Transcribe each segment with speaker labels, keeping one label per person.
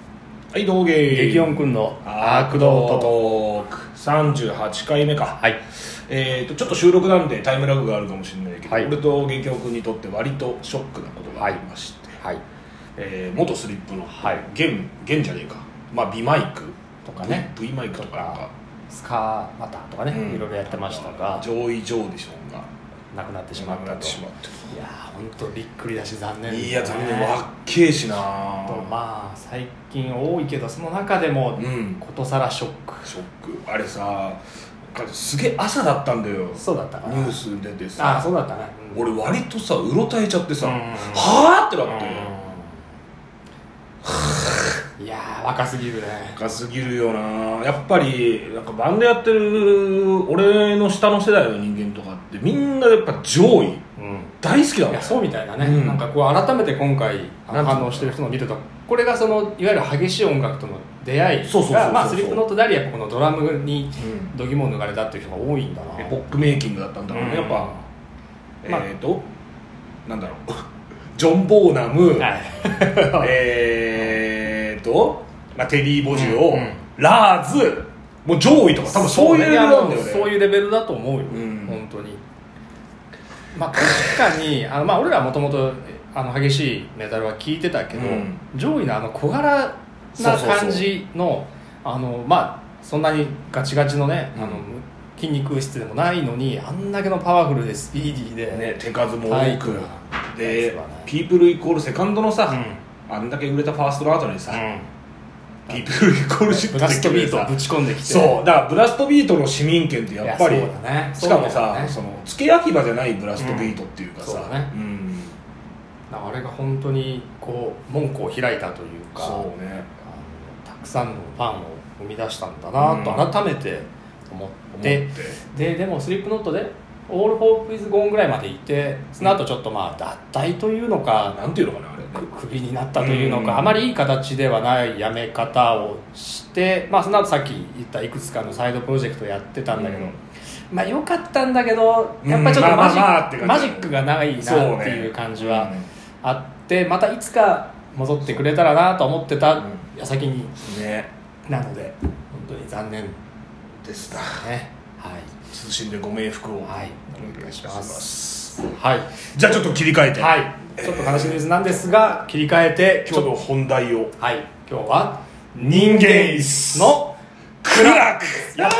Speaker 1: はい、道芸
Speaker 2: 激音くんの
Speaker 1: アークドートトーク38回目か、
Speaker 2: はい
Speaker 1: えー、とちょっと収録なんでタイムラグがあるかもしれないけど、
Speaker 2: はい
Speaker 1: 俺と元気君にとって割とショックなことがありまして、
Speaker 2: はい
Speaker 1: えー元スリップの、
Speaker 2: はい
Speaker 1: 現現じゃねえか、まあ、B マイク
Speaker 2: とかね
Speaker 1: V マイクとかなんか
Speaker 2: スカーマターとかね、
Speaker 1: うん
Speaker 2: いろいろやってましたが
Speaker 1: 上位ジョーディションが
Speaker 2: なくなってしま
Speaker 1: な
Speaker 2: っ
Speaker 1: く
Speaker 2: た
Speaker 1: なっ
Speaker 2: と
Speaker 1: てしまっ
Speaker 2: いやー本当びっくりだし残念
Speaker 1: て
Speaker 2: ですね
Speaker 1: いや残念わっけえしな
Speaker 2: とまあ最近多いけどその中でも
Speaker 1: うん
Speaker 2: ことさらショック、
Speaker 1: ショックあれさすげえ朝だったんだよ
Speaker 2: そうだったかな
Speaker 1: ニュース出てさ
Speaker 2: ああそうだったね、うん
Speaker 1: 俺割とさうろたえちゃってさ、
Speaker 2: うん
Speaker 1: はあってなって、
Speaker 2: いやー若すぎるね
Speaker 1: 深すぎるよなやっぱりなんかバンドやってる俺の下の世代の人間とかってみんなやっぱ上位
Speaker 2: うん
Speaker 1: 大好きなの
Speaker 2: いやそうみたいなね、
Speaker 1: うん
Speaker 2: なんかこう改めて今回あ
Speaker 1: な
Speaker 2: の
Speaker 1: んていうの
Speaker 2: 反応してる人のを見るとこれがそのいわゆる激しい音楽との出会いが
Speaker 1: そうそうそうそう
Speaker 2: まあスリップノートでありやっぱこのドラムに
Speaker 1: うん
Speaker 2: 度肝を抜かれたっていう人が多いんだな
Speaker 1: エポックメイキングだったんだろうね、
Speaker 2: うん
Speaker 1: やっぱ、
Speaker 2: まあ
Speaker 1: えっ、ー、となんだろう ジョン・ボーナム、
Speaker 2: はい
Speaker 1: えっ、ー、と、まあ、テリー・ボジュオ、
Speaker 2: うんうん
Speaker 1: ラーズもう上位とか多分そういうレベルなんだよね
Speaker 2: そういうレベルだと思うよ、
Speaker 1: うん
Speaker 2: 本当にまあ確かにあのまあ俺らもともとあの激しいメタルは聞いてたけど、
Speaker 1: うん
Speaker 2: 上位のあの小柄な感じのあのまあそんなにガチガチのね、
Speaker 1: うん
Speaker 2: あの筋肉質でもないのにあんだけのパワフルでスピーディーで、
Speaker 1: ね、手数も
Speaker 2: タ
Speaker 1: 多
Speaker 2: イト
Speaker 1: く
Speaker 2: なや
Speaker 1: で、
Speaker 2: つはね
Speaker 1: ピープルイコールセカンドの
Speaker 2: う
Speaker 1: さ、
Speaker 2: ん
Speaker 1: あんだけ売れたファーストの後にさ、
Speaker 2: うん
Speaker 1: ピープルイコールシップ
Speaker 2: ブラストビートをぶ
Speaker 1: ト
Speaker 2: ち込んできて
Speaker 1: そうだからブラストビートの市民権って
Speaker 2: い
Speaker 1: やっぱり
Speaker 2: そうだね
Speaker 1: しかも
Speaker 2: そう
Speaker 1: さ
Speaker 2: だ
Speaker 1: そ、
Speaker 2: よね
Speaker 1: の付け焼き場じゃないブラストビートっていうか
Speaker 2: うん
Speaker 1: さ、
Speaker 2: そううだね
Speaker 1: ん
Speaker 2: なんかあれが本当にこう門戸を開いたというか
Speaker 1: そうね
Speaker 2: あのたくさんのファンを生み出したんだな
Speaker 1: う
Speaker 2: と改めて思
Speaker 1: 思
Speaker 2: っ
Speaker 1: って
Speaker 2: て、ででもスリップノットで「オール・ホープ・イズ・ゴーン」ぐらいまで行ってその後ちょっとまあ脱退というのか
Speaker 1: なんていうのかなあれ
Speaker 2: くクビになったというのか、
Speaker 1: うん
Speaker 2: あまりいい形ではない辞め方をして、まあ、その後さっき言ったいくつかのサイドプロジェクトやってたんだけど、
Speaker 1: うん
Speaker 2: まあ良かったんだけど
Speaker 1: うん
Speaker 2: やっぱりちょっとマジ,、
Speaker 1: まあまあまあって感じ
Speaker 2: マジックがないな
Speaker 1: そうね
Speaker 2: っていう感じはあって、またいつか戻ってくれたらなと思ってた矢先に
Speaker 1: うんね
Speaker 2: なので本当に残念ね
Speaker 1: でした
Speaker 2: はい
Speaker 1: 謹んでご冥福を
Speaker 2: はい
Speaker 1: お願いします
Speaker 2: はい、
Speaker 1: じゃあちょっと切り替えて、
Speaker 2: はい、ちょっと悲しいニュースなんですが切り替えて
Speaker 1: 今日の本題を
Speaker 2: はい今日は
Speaker 1: 人間椅子
Speaker 2: の
Speaker 1: クラック
Speaker 2: やった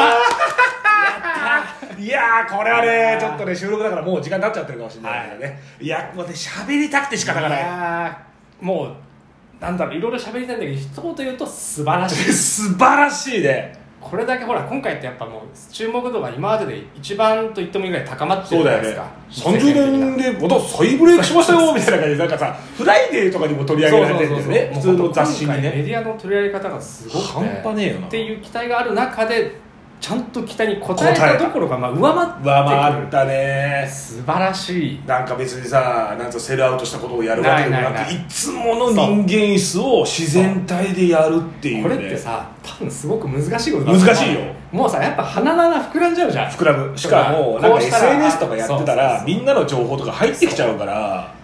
Speaker 1: いやーこれはねちょっとね収録だからもう時間になっちゃってるかもしれないからね、い、や私喋りたくて仕方が
Speaker 2: い
Speaker 1: ない
Speaker 2: やーもうなんだろういろいろ喋りたいんだけど一言言うと素晴らしい
Speaker 1: 素晴らしいね
Speaker 2: これだけほら今回ってやっぱもう注目度が今までで一番と言ってもいいぐらい高まって
Speaker 1: そ
Speaker 2: る
Speaker 1: う
Speaker 2: じゃな
Speaker 1: だ
Speaker 2: い
Speaker 1: よ
Speaker 2: です
Speaker 1: ね
Speaker 2: か
Speaker 1: 30年でまた再ブレイクしましたよみたいな感じでなんかさ「フライデー」とかにも取り上げられてるんですね普通の雑誌に
Speaker 2: もう今回メ
Speaker 1: ね
Speaker 2: ディアの取り上げ方がすごくて
Speaker 1: 半端ねえよな
Speaker 2: っていう期待がある中でちゃんと期待に応えたところがまあ上回ってくる
Speaker 1: 上回ったね
Speaker 2: 素晴らしい
Speaker 1: なんか別にさなんかセルアウトしたことをやるわけでもなく
Speaker 2: ないないない
Speaker 1: いつもの人間椅子を自然体でやるっていう、ね、
Speaker 2: これってさ多分すごく難しいことだ
Speaker 1: 難しいよ
Speaker 2: もうさやっぱ鼻の穴膨らんじゃうじゃん
Speaker 1: 膨らむしかもなんか
Speaker 2: こうしたら
Speaker 1: SNS とかやってた
Speaker 2: そうそう
Speaker 1: ら
Speaker 2: そう
Speaker 1: みんなの情報とか入ってきちゃうから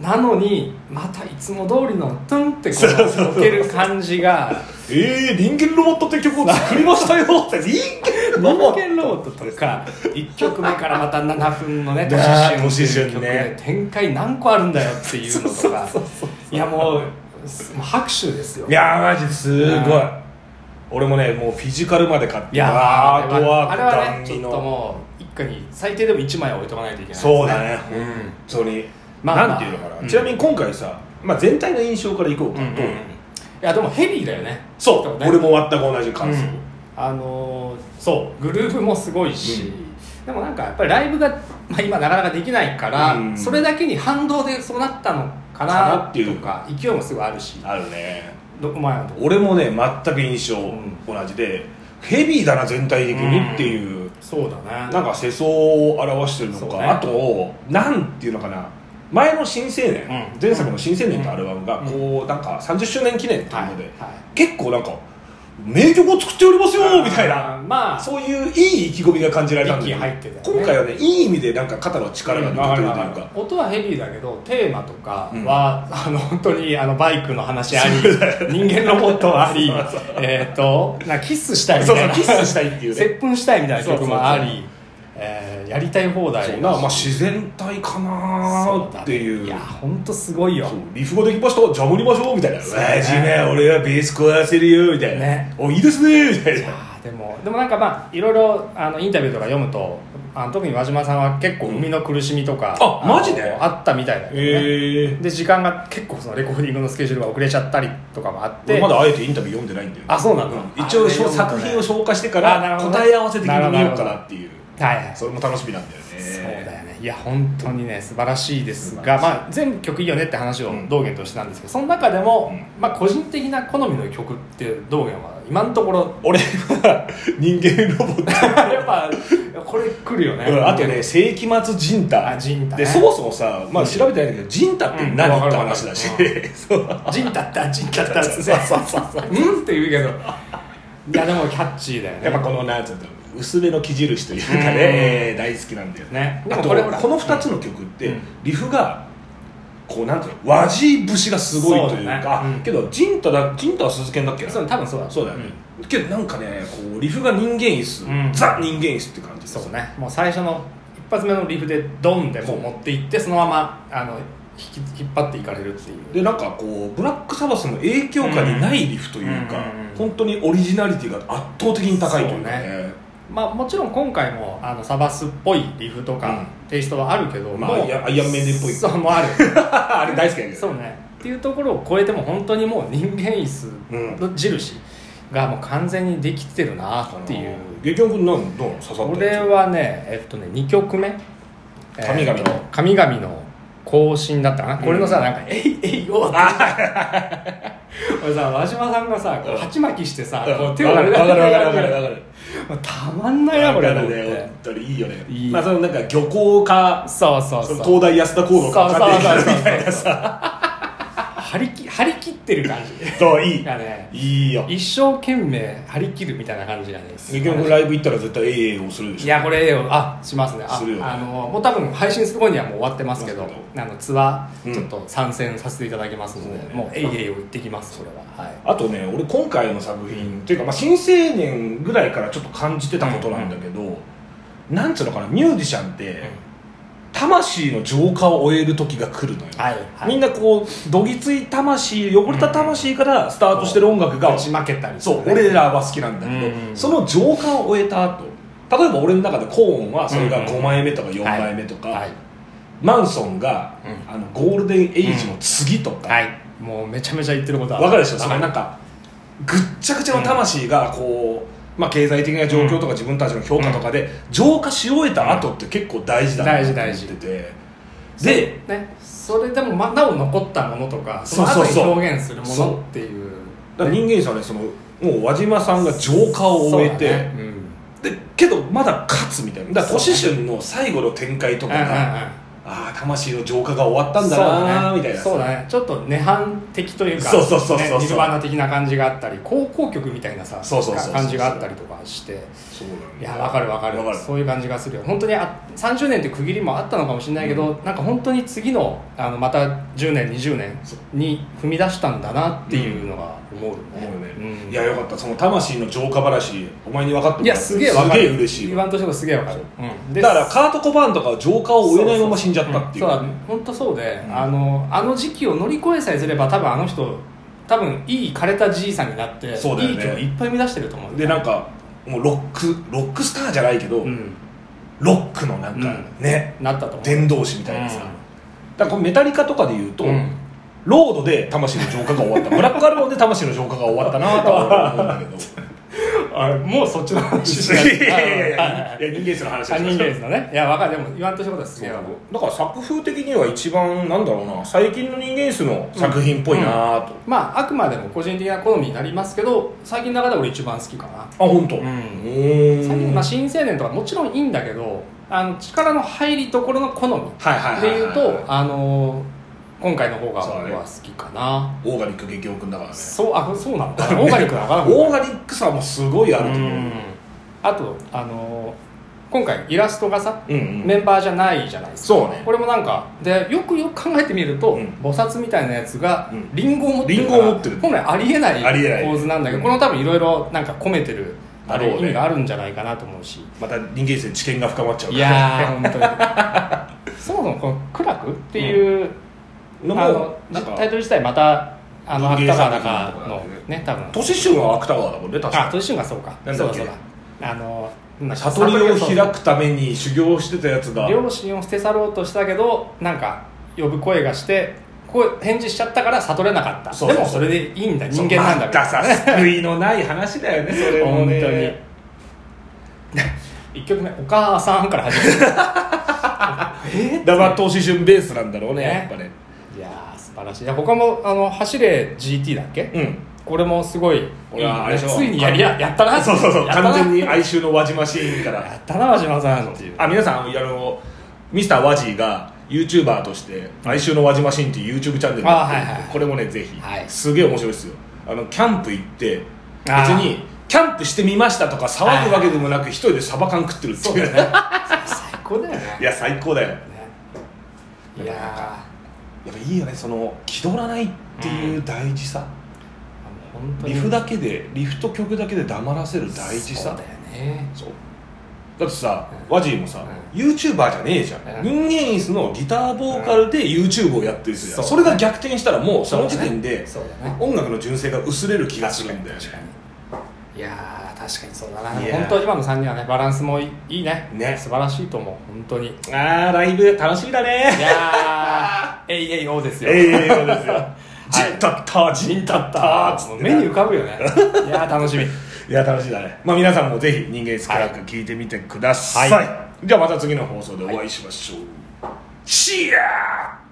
Speaker 2: なのにまたいつも通りのトゥンってこ
Speaker 1: そうそうそう
Speaker 2: う抜ける感じが
Speaker 1: 「えー、人間ロボットって曲を作りましたよ」って「人間ロボット」
Speaker 2: 人間ロボットとか1曲目からまた7分のね
Speaker 1: ね
Speaker 2: 年春っていう曲
Speaker 1: ね
Speaker 2: で展開何個あるんだよっていうのとか
Speaker 1: そうそうそう
Speaker 2: いやもうもう拍手ですよ
Speaker 1: いやーマジですご
Speaker 2: う
Speaker 1: い
Speaker 2: ん
Speaker 1: 俺もねもうフィジカルまで買って
Speaker 2: いや
Speaker 1: ア
Speaker 2: あ
Speaker 1: ー
Speaker 2: れ
Speaker 1: トワ
Speaker 2: は
Speaker 1: ー
Speaker 2: あ
Speaker 1: ク
Speaker 2: れは
Speaker 1: 段
Speaker 2: ねちょ
Speaker 1: に
Speaker 2: っ
Speaker 1: の、
Speaker 2: ともう一家に最低でも1枚は置いとかないといけないですね
Speaker 1: そうだね
Speaker 2: うん
Speaker 1: 本当に、
Speaker 2: まあまあ
Speaker 1: なんていうのかな、
Speaker 2: うん
Speaker 1: ちなみに今回さ、まあ、全体の印象からいこうか
Speaker 2: う
Speaker 1: と、
Speaker 2: んうんうんいやでもヘビーだよね
Speaker 1: そう、
Speaker 2: ね
Speaker 1: 俺も全く同じ感想、
Speaker 2: うんあのーそうグループもすごいし、でもなんかやっぱりライブが、まあ、今なかなかできないから、
Speaker 1: うん
Speaker 2: それだけに反動でそうなったの
Speaker 1: か
Speaker 2: かな
Speaker 1: なっていう
Speaker 2: とか勢いもすごいあるし
Speaker 1: あるね
Speaker 2: どこ前のとこ
Speaker 1: 俺もね全く印象
Speaker 2: ん
Speaker 1: 同じで、ヘビーだな全体的にっていう、
Speaker 2: そうだね
Speaker 1: なんか世相を表してるの
Speaker 2: そ
Speaker 1: か、
Speaker 2: うね
Speaker 1: あとなんていうのかな前の「新青年、
Speaker 2: うん
Speaker 1: 前作の「新青年」ってアルバムが、
Speaker 2: うん
Speaker 1: こうなんか30周年記念っていうので、
Speaker 2: はいはい
Speaker 1: 結構なんか名曲を作っておりますよみたいな
Speaker 2: まあ
Speaker 1: そういういい意気込みが感じられたんで
Speaker 2: 一気に入ってたよね
Speaker 1: 今回はねいい意味でなんか肩の力が抜けてるというか、
Speaker 2: 音はヘビーだけどテーマとかは、あの本当にあのバイクの話あり人間ロボットありえっとなんかキスしたいみ
Speaker 1: そう
Speaker 2: た
Speaker 1: そ
Speaker 2: いうな
Speaker 1: キスしたいっていうね
Speaker 2: 接吻したいみたいな曲もあり
Speaker 1: そうそう
Speaker 2: えーやりたい放題
Speaker 1: そうなまあ自然体か
Speaker 2: そう
Speaker 1: な
Speaker 2: だね
Speaker 1: っていう
Speaker 2: や本当すごいよ
Speaker 1: そうリフができましたじゃあ盛りましょうみたいな「
Speaker 2: そう
Speaker 1: わじめ俺はベース壊せるよ」みたいな
Speaker 2: ね
Speaker 1: おいいですね」みたい
Speaker 2: いや
Speaker 1: な
Speaker 2: ーでもでもなんかまあいろいろあのインタビューとか読むとあの特に和島さんは結構生みの苦しみとか、
Speaker 1: あ
Speaker 2: の
Speaker 1: マジで
Speaker 2: あったみたいだよね、
Speaker 1: え
Speaker 2: で時間が結構そのレコーディングのスケジュールが遅れちゃったりとかもあっ
Speaker 1: え
Speaker 2: て
Speaker 1: まだあえてインタビュー読んでないんだよね
Speaker 2: あそうなんだ、
Speaker 1: うん一応しょ作品を
Speaker 2: はい
Speaker 1: 消化してか
Speaker 2: あな
Speaker 1: ら
Speaker 2: るほどね
Speaker 1: 答え合わせ的に見ようかなっていう
Speaker 2: はいそ
Speaker 1: それも楽しみなんだよね
Speaker 2: うだよねいや本当にね素晴らしいですが、まあ、全曲いいよねって話を
Speaker 1: うん
Speaker 2: 道元としてたんですけどその中でも、
Speaker 1: うん
Speaker 2: まあ、個人的な好みの曲って道元は今のと ころ
Speaker 1: 俺は人間ロボット
Speaker 2: やっぱこれ来るよね、
Speaker 1: うんあとね世紀末ジンタ
Speaker 2: あジンタね
Speaker 1: でそもそもさまあ調べてないんだけどジンタって何
Speaker 2: うん
Speaker 1: って話だし
Speaker 2: わかる
Speaker 1: そう
Speaker 2: ジンタったジンタったっつってそうそうそううんって言うけどいやでもキャッチーだよね
Speaker 1: やっぱこのなんつうの薄めの木印というかね大好きなんだよね
Speaker 2: ね
Speaker 1: あと
Speaker 2: でもこ
Speaker 1: こ
Speaker 2: れ
Speaker 1: の2つの曲って
Speaker 2: うん
Speaker 1: リフがこうなんていうの和じ節がすごいというか
Speaker 2: そうだねうん
Speaker 1: けどジンタだジンタは鈴剣だっけな
Speaker 2: そう多分そうだ
Speaker 1: そうだよね、けどなんかねこうリフが人間椅子、
Speaker 2: うん
Speaker 1: ザ人間椅子って感じです
Speaker 2: そうねもう最初の一発目のリフでドンでもう持っていってそのままあの引き引っ張っていかれるっていう
Speaker 1: でなんかこうブラックサバスの影響下にないリフというか、
Speaker 2: うん
Speaker 1: 本当にオリジナリティが圧倒的に高いというかね
Speaker 2: まあもちろん今回もあのサバスっぽいリフとか、
Speaker 1: うん
Speaker 2: テイストはあるけど、
Speaker 1: まあ
Speaker 2: もう
Speaker 1: アイアンアイアンメイデンっぽい
Speaker 2: そうもうある
Speaker 1: あれ大好きなんだ
Speaker 2: そ
Speaker 1: よ
Speaker 2: うねっていうところを超えても本当にもう人間椅子の印がもう完全にできてるなっていう、
Speaker 1: ゲキョン君なんどう刺さった
Speaker 2: これはねえっとね2曲目
Speaker 1: 神々の
Speaker 2: えーっと神々の更新だったかな、これのさなんか「えいえいよ」俺さ和島さんがさこう鉢巻きしてさ、こう手を
Speaker 1: 分かる分かる分かる
Speaker 2: る
Speaker 1: 分かる
Speaker 2: たまんないなこれと思って
Speaker 1: ね本当にいいよね
Speaker 2: いい
Speaker 1: まあそのなんか漁港か
Speaker 2: そうそう
Speaker 1: そ
Speaker 2: そう
Speaker 1: の東大安田高
Speaker 2: そ
Speaker 1: の
Speaker 2: うそう
Speaker 1: か
Speaker 2: そう
Speaker 1: かってい
Speaker 2: そう
Speaker 1: くみたいな
Speaker 2: そう
Speaker 1: さ
Speaker 2: 張りき張り切ってる感じ
Speaker 1: そういい
Speaker 2: がね
Speaker 1: いいよ
Speaker 2: 一生懸命張り切るみたいな感じがね
Speaker 1: ゲキョン君ライブ行ったら絶対ええええをするでしょ
Speaker 2: いやこれあしますねあ
Speaker 1: するよね
Speaker 2: あのもう多分配信する頃にはもう終わってますけど
Speaker 1: そう
Speaker 2: あのツア
Speaker 1: う
Speaker 2: ー
Speaker 1: ん
Speaker 2: ちょっと参戦させていただきますので、
Speaker 1: そうね
Speaker 2: もうえいえいを言ってきますそれははい
Speaker 1: あとね俺今回の作品っていうか、まあ、新成年ぐらいからちょっと感じてたことなんだけど、なんつうのかなミュージシャンって、魂の浄化を終える時が来るのよ、
Speaker 2: はいはい
Speaker 1: みんなこうどぎつい魂汚れた魂からスタートしてる音楽が、
Speaker 2: 打ち負けたり
Speaker 1: そう
Speaker 2: ね
Speaker 1: 俺らは好きなんだけど、
Speaker 2: うん
Speaker 1: その浄化を終えた後例えば俺の中でコーンはそれが5枚目とか4枚目とか、
Speaker 2: はい、
Speaker 1: マンソンが、
Speaker 2: う
Speaker 1: あのゴールデンエイジの次とか、
Speaker 2: はい、もうめちゃめちゃ言ってることあ
Speaker 1: わかるでしょそ
Speaker 2: は
Speaker 1: の
Speaker 2: い
Speaker 1: なんかぐっちゃぐちゃの魂がこう、まあ、経済的な状況とか自分たちの評価とかで浄化し終えた後って結構大事だな
Speaker 2: 大
Speaker 1: と
Speaker 2: 事
Speaker 1: 思
Speaker 2: 大
Speaker 1: っ
Speaker 2: 事
Speaker 1: ててで
Speaker 2: ね、それでもまなお残ったものとかそ
Speaker 1: そう
Speaker 2: の
Speaker 1: そう
Speaker 2: 後
Speaker 1: そう
Speaker 2: に表現するものっていう
Speaker 1: だから人間さんはねそのもう和島さんが浄化を
Speaker 2: そう
Speaker 1: 終
Speaker 2: だ
Speaker 1: え
Speaker 2: ね
Speaker 1: て、
Speaker 2: うん
Speaker 1: でけどまだ勝つみたいなだから年春の最後の展開とか
Speaker 2: うんうん
Speaker 1: が、
Speaker 2: うん
Speaker 1: ああ魂の浄化が終わったんだなーみたいなさ
Speaker 2: そうだねちょっと涅槃的というか
Speaker 1: そうそうそうそうそう
Speaker 2: ねニルバーナ的な感じがあったり高校曲みたいなさ
Speaker 1: そうそうそうそう
Speaker 2: 感じがあったりとかして
Speaker 1: そうなんだよ
Speaker 2: いやわかるわかる
Speaker 1: わかる
Speaker 2: そういう感じがするよ本当にあ30年って区切りもあったのかもしれないけど、なんか本当に次のあのまた10年20年に踏み出したんだなっていうのが思うよね,
Speaker 1: もうね、
Speaker 2: うん、
Speaker 1: いやよかったその魂の浄化話お前に分かってもらって
Speaker 2: いやすげえわか
Speaker 1: す
Speaker 2: る
Speaker 1: げえ嬉しいわ
Speaker 2: 言わんとしてもすげえわかる、うんで
Speaker 1: だからカート・コバーンとかは浄化を終えないまま死んじゃったっていう
Speaker 2: そうだ本当そうで、
Speaker 1: うん
Speaker 2: あのあの時期を乗り越えさえすれば多分あの人多分いい枯れたじいさんになって
Speaker 1: そうだよね
Speaker 2: いい曲いっぱい生み出してると思う
Speaker 1: でなんかもうロックロックスターじゃないけど、
Speaker 2: うん
Speaker 1: ロックのなんかね、
Speaker 2: なったと思う
Speaker 1: 伝道師みたいなさ、
Speaker 2: うん
Speaker 1: だからこのメタリカとかで言うと、
Speaker 2: うん
Speaker 1: ロードで魂の浄化が終わったブラックアルバムで魂の浄化が終わったなとは思うんだけど
Speaker 2: あれもうそっちの話しな い
Speaker 1: いやいやいやい や
Speaker 2: い
Speaker 1: 人間室の話
Speaker 2: 3人ですのねいやわかるでも言わんとしたことはすげえわかる
Speaker 1: だから作風的には一番なんだろうな最近の人間室の作品っぽいなと、
Speaker 2: まああくまでも個人的な好みになりますけど最近の中で俺一番好きかな
Speaker 1: あ本当。
Speaker 2: ん
Speaker 1: ー
Speaker 2: 最近、まあ、新青年とかもちろんいいんだけどあの力の入りどころの好み
Speaker 1: はいはいはいはい
Speaker 2: で言うと、あの今回の方が
Speaker 1: そうだね
Speaker 2: 僕は好きかな
Speaker 1: オーガニック激おくんだからね
Speaker 2: そうあそうなのか なオーガニックなのかな
Speaker 1: オーガニックさもすごいあると思う
Speaker 2: うんあとあのー今回イラストがさ、
Speaker 1: うんうん
Speaker 2: メンバーじゃないじゃないですか
Speaker 1: そうね
Speaker 2: これもなんかでよくよく考えてみると、
Speaker 1: うん
Speaker 2: 菩薩みたいなやつが
Speaker 1: うん
Speaker 2: リンゴを持ってるから
Speaker 1: リンゴを持ってる
Speaker 2: 本来ありえない
Speaker 1: ありえない
Speaker 2: 構図なんだけどこの多分いろいろなんか込めてるあ
Speaker 1: だろ
Speaker 2: れ
Speaker 1: う
Speaker 2: 意
Speaker 1: ね
Speaker 2: 味があるんじゃないかなと思うし
Speaker 1: また人間性知見が深まっちゃう
Speaker 2: い
Speaker 1: から
Speaker 2: やー本当に そもそもこの「苦楽」っていう、
Speaker 1: の
Speaker 2: あの
Speaker 1: もなん
Speaker 2: タイ
Speaker 1: か
Speaker 2: トル自体またあの
Speaker 1: 人
Speaker 2: 芥
Speaker 1: 間
Speaker 2: 川
Speaker 1: 作
Speaker 2: だ
Speaker 1: 品
Speaker 2: か
Speaker 1: とか
Speaker 2: の
Speaker 1: だよ
Speaker 2: ね多分
Speaker 1: 年春は芥川だもんね確
Speaker 2: あ
Speaker 1: か
Speaker 2: トシュンがそうか
Speaker 1: なん
Speaker 2: そ
Speaker 1: だ
Speaker 2: う
Speaker 1: っ
Speaker 2: だ
Speaker 1: け
Speaker 2: そうだあのなんだっけ
Speaker 1: 悟りを開くために修行してたやつが
Speaker 2: 両親を捨て去ろうとしたけどなんか呼ぶ声がして声返事しちゃったから悟れなかった
Speaker 1: そうそうそう
Speaker 2: でもそれでいいんだ人間なんだ
Speaker 1: またさ救いのない話だよねそれも
Speaker 2: 本当
Speaker 1: ね
Speaker 2: に1曲目「お母さん」から始めるえ
Speaker 1: 黙って思春ベースなんだろうね
Speaker 2: ね
Speaker 1: やっぱね
Speaker 2: いやー素晴らしいいや他もあの「走れ GT」だっけ、
Speaker 1: うん
Speaker 2: これもすごい
Speaker 1: 俺はあれでしょ
Speaker 2: ついにやりややったな
Speaker 1: そうそうそう
Speaker 2: やったな
Speaker 1: 完全に哀愁の輪島シーンか
Speaker 2: や
Speaker 1: ら
Speaker 2: ったな和島さんっていう
Speaker 1: あ皆さんあのミスターワジーが YouTuber として「哀愁の輪島シーン」っていう YouTube チャンネル
Speaker 2: あはいはい
Speaker 1: これもねぜひ、
Speaker 2: はい
Speaker 1: すげえ面白いですよあのキャンプ行って別
Speaker 2: あー
Speaker 1: にキャンプしてみましたとか騒ぐわけでもなく一人でサバ缶食ってるっていうね
Speaker 2: 最高だよね
Speaker 1: いや最高だよや
Speaker 2: いや
Speaker 1: っぱいいよねその気取らないっていう大事さ、
Speaker 2: ー本当に
Speaker 1: リフだけでリフと曲だけで黙らせる大事
Speaker 2: そ
Speaker 1: さ
Speaker 2: うだよね
Speaker 1: そうだってさ、
Speaker 2: うん
Speaker 1: ワジーもさ、YouTuber じゃねえじゃん、人
Speaker 2: う
Speaker 1: 間椅子のギターボーカルで YouTube をやってる人じゃん、
Speaker 2: そう
Speaker 1: それが逆転したらもうその時点で
Speaker 2: そうだね
Speaker 1: 音楽の純正が薄れる気がするんだよね
Speaker 2: 確かにいやー確かにそうだない
Speaker 1: やー
Speaker 2: 本当今の3人はねバランスもいいね
Speaker 1: ね
Speaker 2: 素晴らしいと思う本当 にい
Speaker 1: あーライブ楽しみだ ね
Speaker 2: やーえいえいおうですよ
Speaker 1: ええそうです よ
Speaker 2: い
Speaker 1: 陣立った陣立ったつ
Speaker 2: も
Speaker 1: っ
Speaker 2: う
Speaker 1: て
Speaker 2: 目に浮かぶ よねいやー楽しみ
Speaker 1: いや楽しいだねまあ皆さんもぜひ人間スクラック聞いてみてください、
Speaker 2: はい
Speaker 1: じゃあまた次の放送でお会いしましょう、チアー